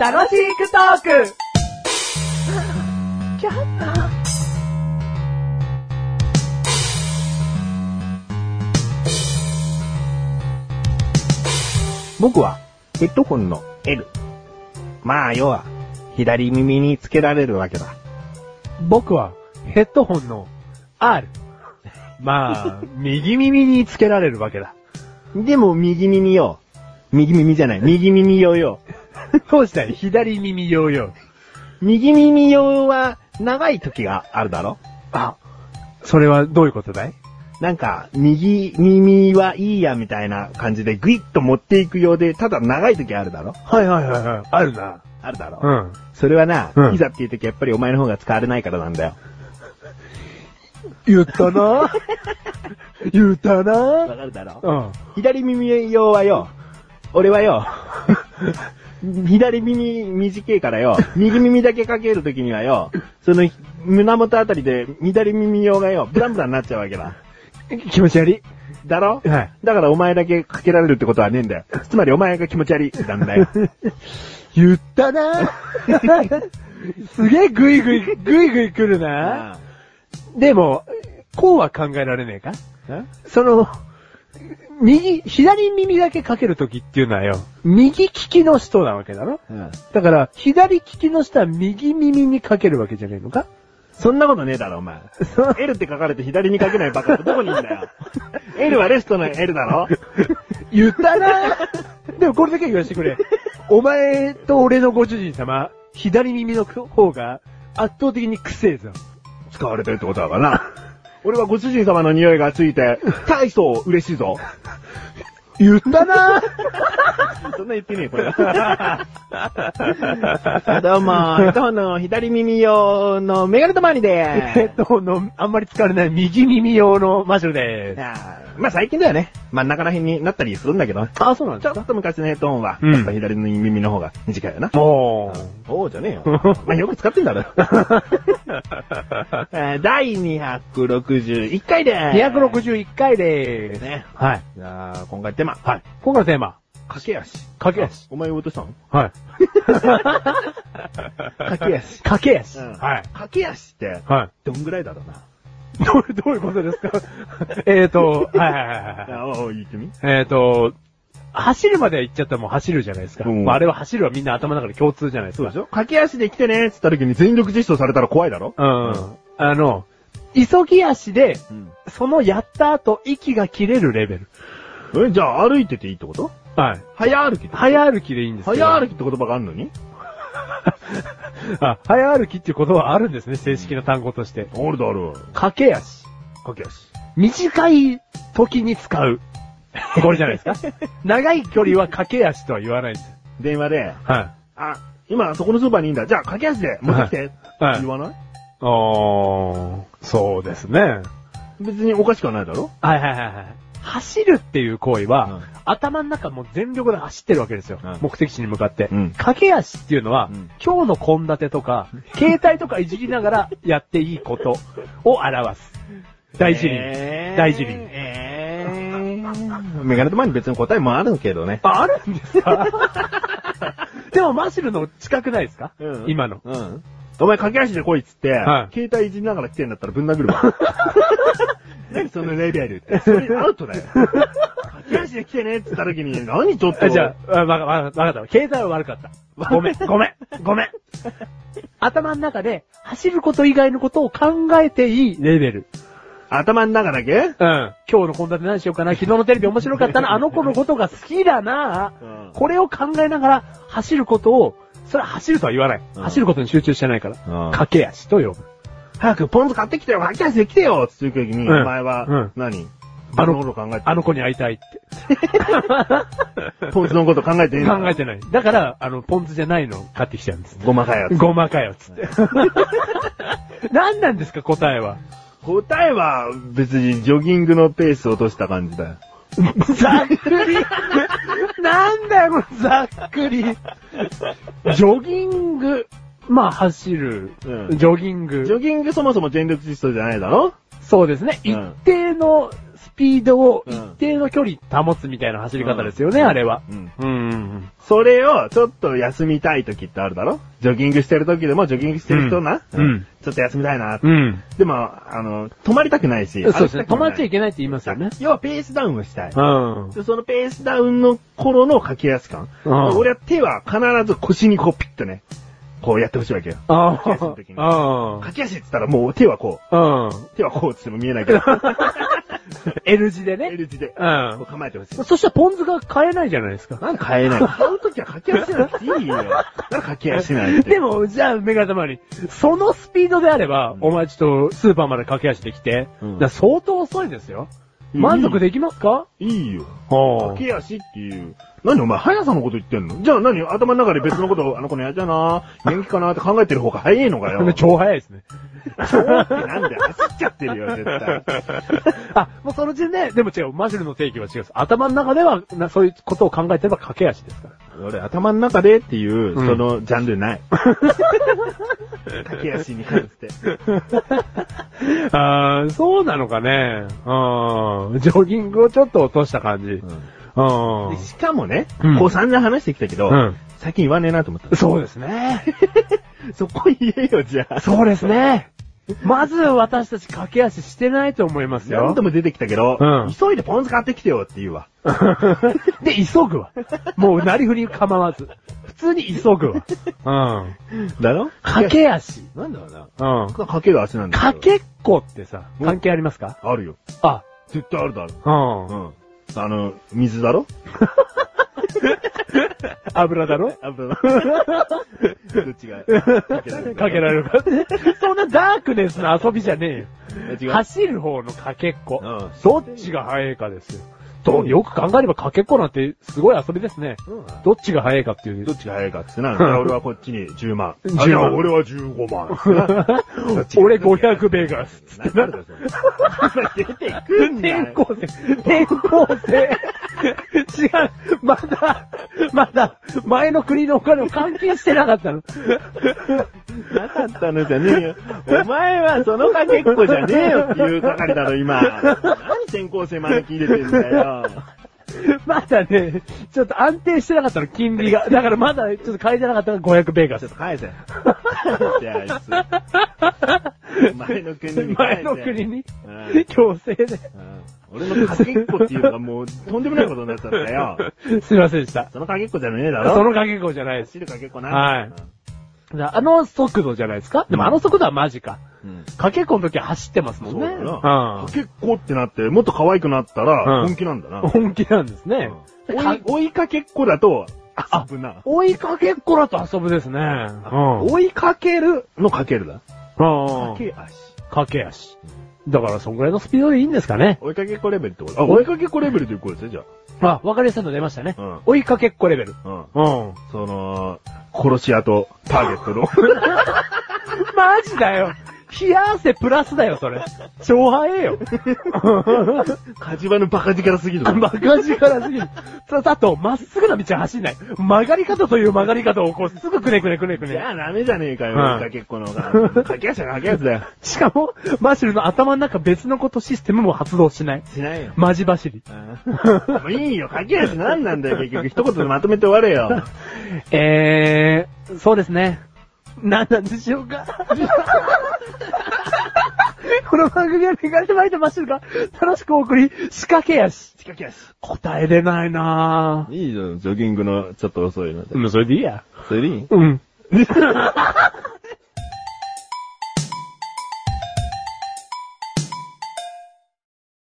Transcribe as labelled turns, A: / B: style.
A: 楽しくトーク
B: 僕はヘッドホンの L。まあ、要は、左耳につけられるわけだ。
C: 僕はヘッドホンの R。まあ、右耳につけられるわけだ。
B: でも、右耳よ。右耳じゃない、右耳用よ。
C: どうしたい左耳用よ。
B: 右耳用は、長い時があるだろ
C: あ、それはどういうことだい
B: なんか、右耳はいいや、みたいな感じで、グイッと持っていくようで、ただ長い時あるだろ
C: はいはいはいはい。あるな。
B: あるだろ
C: うん。
B: それはな、
C: うん
B: いざっていう時やっぱりお前の方が使われないからなんだよ。
C: 言ったな言った
B: わ
C: な
B: かるだろ
C: うん。
B: 左耳用はよ、俺はよ、 左耳短いからよ、右耳だけかけるときにはよ、その胸元あたりで左耳用がよ、ブランブランになっちゃうわけだ。
C: 気持ち悪い。
B: だろ
C: はい。
B: だからお前だけかけられるってことはねえんだよ。つまりお前が気持ち悪いなんだよ。
C: 言ったな すげえグイグイ、グイグイ来るなでも、こうは考えられねえか
B: え
C: その、右、左耳だけかけるときっていうのはよ、右利きの人なわけだろ
B: うん
C: だから、左利きの人は右耳にかけるわけじゃねえのか
B: そんなことねえだろ、お前。L って書かれて左に書けないバカってどこにいんだよ。L はレフトの L だろ
C: 言ったなでもこれだけは言わせてくれ。お前と俺のご主人様、左耳の方が圧倒的にくせえぞ。
B: 使われてるってことだからな。俺はご主人様の匂いがついて、大層嬉しいぞ。
C: 言ったな
B: そんな言ってねえ、これ。 どうも、ヘッドホンの左耳用のメガネとマニ
C: えっ
B: で
C: と、の、あんまり疲れない右耳用のマシュ
B: す。
C: ルです。
B: まあ最近ではね、真ん中ら辺になったりするんだけど、ち
C: あ、そうなん
B: ょっと昔のヘッドホンは、
C: うん
B: やっぱ左の耳の方が短いよな。
C: もう。
B: おうじゃねえよ。 まあよく使ってんだ ろ。えー第261回でーす。
C: 261回でーす。
B: ね。
C: はい。
B: じゃあ、今回テーマ。
C: はい。今回のテーマ。
B: 駆け足。
C: 駆け足。
B: お前言おうとしたの
C: はい。
B: 駆け足。
C: 駆け足。
B: うん
C: はい。
B: 駆け足って、
C: は
B: どんぐらいだろうな。
C: い。 どう、どういうことですか えーと、はいはいはいはい。
B: ああ、言ってみ。
C: えーと、走るまでは行っちゃったらもう走るじゃないですか。
B: うん
C: まあ、あれは走るはみんな頭の中で共通じゃないです
B: そう
C: か。
B: でしょ駆け足で来てねっつった時に全力実装されたら怖いだろ
C: うん。あの、急ぎ足で、
B: うん。
C: そのやった後、息が切れるレベル。
B: え、じゃあ歩いてていいってこと
C: はい。
B: 早歩きって
C: 早歩きでいいんですけど
B: 早歩きって言葉があるのに
C: あ、早歩きっていう言葉はあるんですね、正式な単語として。
B: あるだろ。
C: 駆け足。
B: 駆け足。
C: 短い時に使う。これじゃないですか。 長い距離は駆け足とは言わないです。
B: 電話で、
C: は
B: あ、今そこのスーパーにいいんだ。じゃあ駆け足で持ってきて。
C: はい
B: 言わない
C: い。おー、そうですね。はい
B: 別におかしくはないだろ
C: はいはいはい。走るっていう行為は、
B: うん
C: 頭の中もう全力で走ってるわけですよ。
B: うん
C: 目的地に向かって。
B: うん
C: 駆け足っていうのは、
B: うん
C: 今日の献立とか、携帯とかいじりながらやっていいことを表す。大事に。
B: えー
C: 大事に
B: えーメガネと前に別に答えもあるけどね。
C: ああるんですか でもマシルの近くないですか、
B: うん
C: 今の。
B: うん。お前駆け足で来いっつって、
C: はい
B: 携帯いじりながら来てんだったらぶん殴る わ。何そのレベルって。それアウトだよ。駆け足で来てねっつった時に、何ちょっと。
C: あじゃあ、あわかわかわかった。携帯は悪かった。ごめ ん、ごめん、ごめん。頭の中で走ること以外のことを考えていいレベル。
B: 頭の中だけ
C: うん。今日の献立何しようかな、昨日のテレビ面白かったな、あの子のことが好きだな。これを考えながら走ることを、それは走るとは言わない。
B: うん
C: 走ることに集中してないから。
B: うん
C: 駆け足と呼ぶ。
B: 早くポン酢買ってきてよ、駆け足で来てよっつっていう時に、
C: うん
B: お前は、
C: うん
B: 何
C: あの
B: あのこと考えて、
C: あの子に会いたいって。
B: ポン酢のこと考えてねえ
C: 考え
B: て。
C: てない。だから、あの、ポン酢じゃないのを買ってきちゃうんです。
B: ごまかよ。
C: ごまかよ、つ って。何なんですか、答えは。
B: 答えは、別にジョギングのペースを落とした感じだよ。
C: ざっく り。なんだよ、これ、ざっくり。ジョギング。まあ、走る。
B: うん
C: ジョギング。
B: ジョギングそもそも全力疾走じゃないだろ
C: そうですね。
B: うん
C: 一定のスピードを一定の距離保つみたいな走り方ですよね、
B: うん
C: あれは。
B: うん
C: うんうん
B: それを、ちょっと休みたい時ってあるだろジョギングしてる時でも、ジョギングしてる人な、
C: うんうん
B: ちょっと休みたいな。
C: うん。
B: でも、あの、止まりたくないし。
C: そうですね。止まっちゃ
B: け
C: いけないって言いますよね。
B: 要はペースダウンをしたい。
C: うん。
B: でそのペースダウンの頃の駆け足感。
C: うん
B: 俺は手は必ず腰にこうピッとね、こうやってほしいわけよ。
C: あ
B: 駆け足の時に
C: あ。
B: 駆け足って言ったらもう手はこ
C: うん。
B: う。手はこうってっても見え ないけど。
C: L 字でね。
B: L 字で。こ
C: うん
B: う。構えてほしい。
C: そしたらポン酢が買えないじゃないですか。
B: なんで変えないの買う時は駆け足しなくていいよ。なんで駆け足しないって。
C: でも、じゃあ、メガネたまに、そのスピードであれば、お前ちょっとスーパーまで駆け足できて、
B: うん
C: だから相当遅いですよ。
B: うん
C: 満足できますか、
B: いいよ。
C: は
B: 駆け足っていう。何お前、速さのこと言ってんのじゃあ何頭の中で別のことを、あの子のやっちゃな元気かなって考えてる方が早いのか よ。
C: 超速いですね。
B: 超ってなんだよ。走っちゃってるよ、絶対。
C: あ、もうその時点で、でも違う、マシュルの定義は違うんです。頭の中ではな、そういうことを考えてれば駆け足ですから。
B: 俺、頭の中でっていう、
C: うん
B: そのジャンル ない。駆け足に関して。
C: あーそうなのかね。うん。ジョギングをちょっと落とした感じ。うん。
B: でしかもね、
C: うん
B: こう散々話してきたけど、
C: うん
B: 先言わねえなと思った。
C: そうですね。
B: そこ言えよ、じゃあ。
C: そうですね。まず私たち駆け足してないと思いますよ
B: 何。度も出てきたけど、
C: うん
B: 急いでポン酢買ってきてよって言うわ。
C: で、急ぐわ。もうなりふり構わず。普通に急ぐわ。うん。
B: だろ
C: 駆け足。
B: なんだろうな。
C: うん。
B: かける足なんだ
C: かけっこってさ、関係ありますか
B: あるよ。
C: あ、
B: 絶対あるだろ。
C: うん。
B: うん。あの、水だろ
C: 油だろ
B: あ ぶな。どっちが。かけられる
C: かけられ るから。そんなダークネスの遊びじゃねえ
B: 違う
C: よ。走る方のかけっこ。
B: うん
C: どっちが速いかですよ。と、よく考えればかけっこなんてすごい遊びですね。
B: うん
C: どっちが速いかっていう
B: ど。っちが早いかっつってな。じゃあ俺はこっちに10万。
C: 10万
B: あじゃあ俺は15万。どっちが
C: 俺500ベガス。
B: ななんだよ、それ。 出てくんな
C: 転
B: よ。
C: 校生、転校生。違う、まだ、まだ、前の国のお金を換金してなかったの。
B: なかったのじゃねえよ。お前はそのかけっこじゃねえよっていう係だろ、今。何転校生招き入れてんだよ。
C: まだね、ちょっと安定してなかったの、金利が。だからまだ、ちょっと買えてなかったのが500ベーガ
B: ちょ
C: ス
B: っ。と返 せ。返せあいつ。前の国に返
C: 前
B: せ。
C: の国に
B: うん、
C: 強制で。
B: うん俺のかけっこっていうのがもうとんでもないことになっちゃったんだよ。
C: すいませんでした。
B: そのかけっこじゃねえだろ。
C: そのかけっこじゃないです。
B: 走るかけっこな。
C: はいあの速度じゃないですかでもあの速度はマジか。
B: うん。
C: かけっこの時は走ってますも
B: そうん
C: ね。
B: だな。
C: う
B: か
C: ん
B: けっこってなって、もっと可愛くなったら
C: うん
B: 本気なんだな。
C: 本気なんですね。
B: 追
C: か
B: い追いかけっこだと遊ぶな。
C: 追いかけっこだと遊ぶですね。うん。
B: 追いかけるのかけるだ。
C: うん
B: け足。
C: 駆け足。だから、そんぐらいのスピードでいいんですかね。
B: 追いかけっこレベルってことあ、追いかけっこレベルということですね、じゃ
C: あ、わかりやすいの出ましたね。
B: うん
C: 追いかけっこレベル。
B: あ。うん。
C: うん。
B: その、殺し屋とターゲット の。
C: マジだよ。冷や汗プラスだよ、それ。超早 えよ。
B: カジバのバカ力すぎる。
C: バカ力すぎる。ただと、まっすぐな道は走んない。曲がり方という曲がり方をこう、すぐくねくねくねく
B: じ
C: ね
B: ゃ。あダメじゃねえかよ、
C: うん
B: 追いかけっこの方が。かけ足はかけ足だよ。
C: しかも、マシュルの頭の中別のことシステムも発動しない。
B: しないよ。
C: マジ走り。
B: うんもういいよ、駆け足なんなんだよ、結局。一言でまとめて終われよ。
C: えー、そうですね。何なんでしょうか この番組はメガネ巻いてましたが、楽しくお送り、仕掛けやし。
B: 仕掛け足。
C: 答え出ないない
B: いじゃん、ジョギングのちょっと遅いので
C: ぁ。。もうそれでいいや。
B: それでいい
C: うん。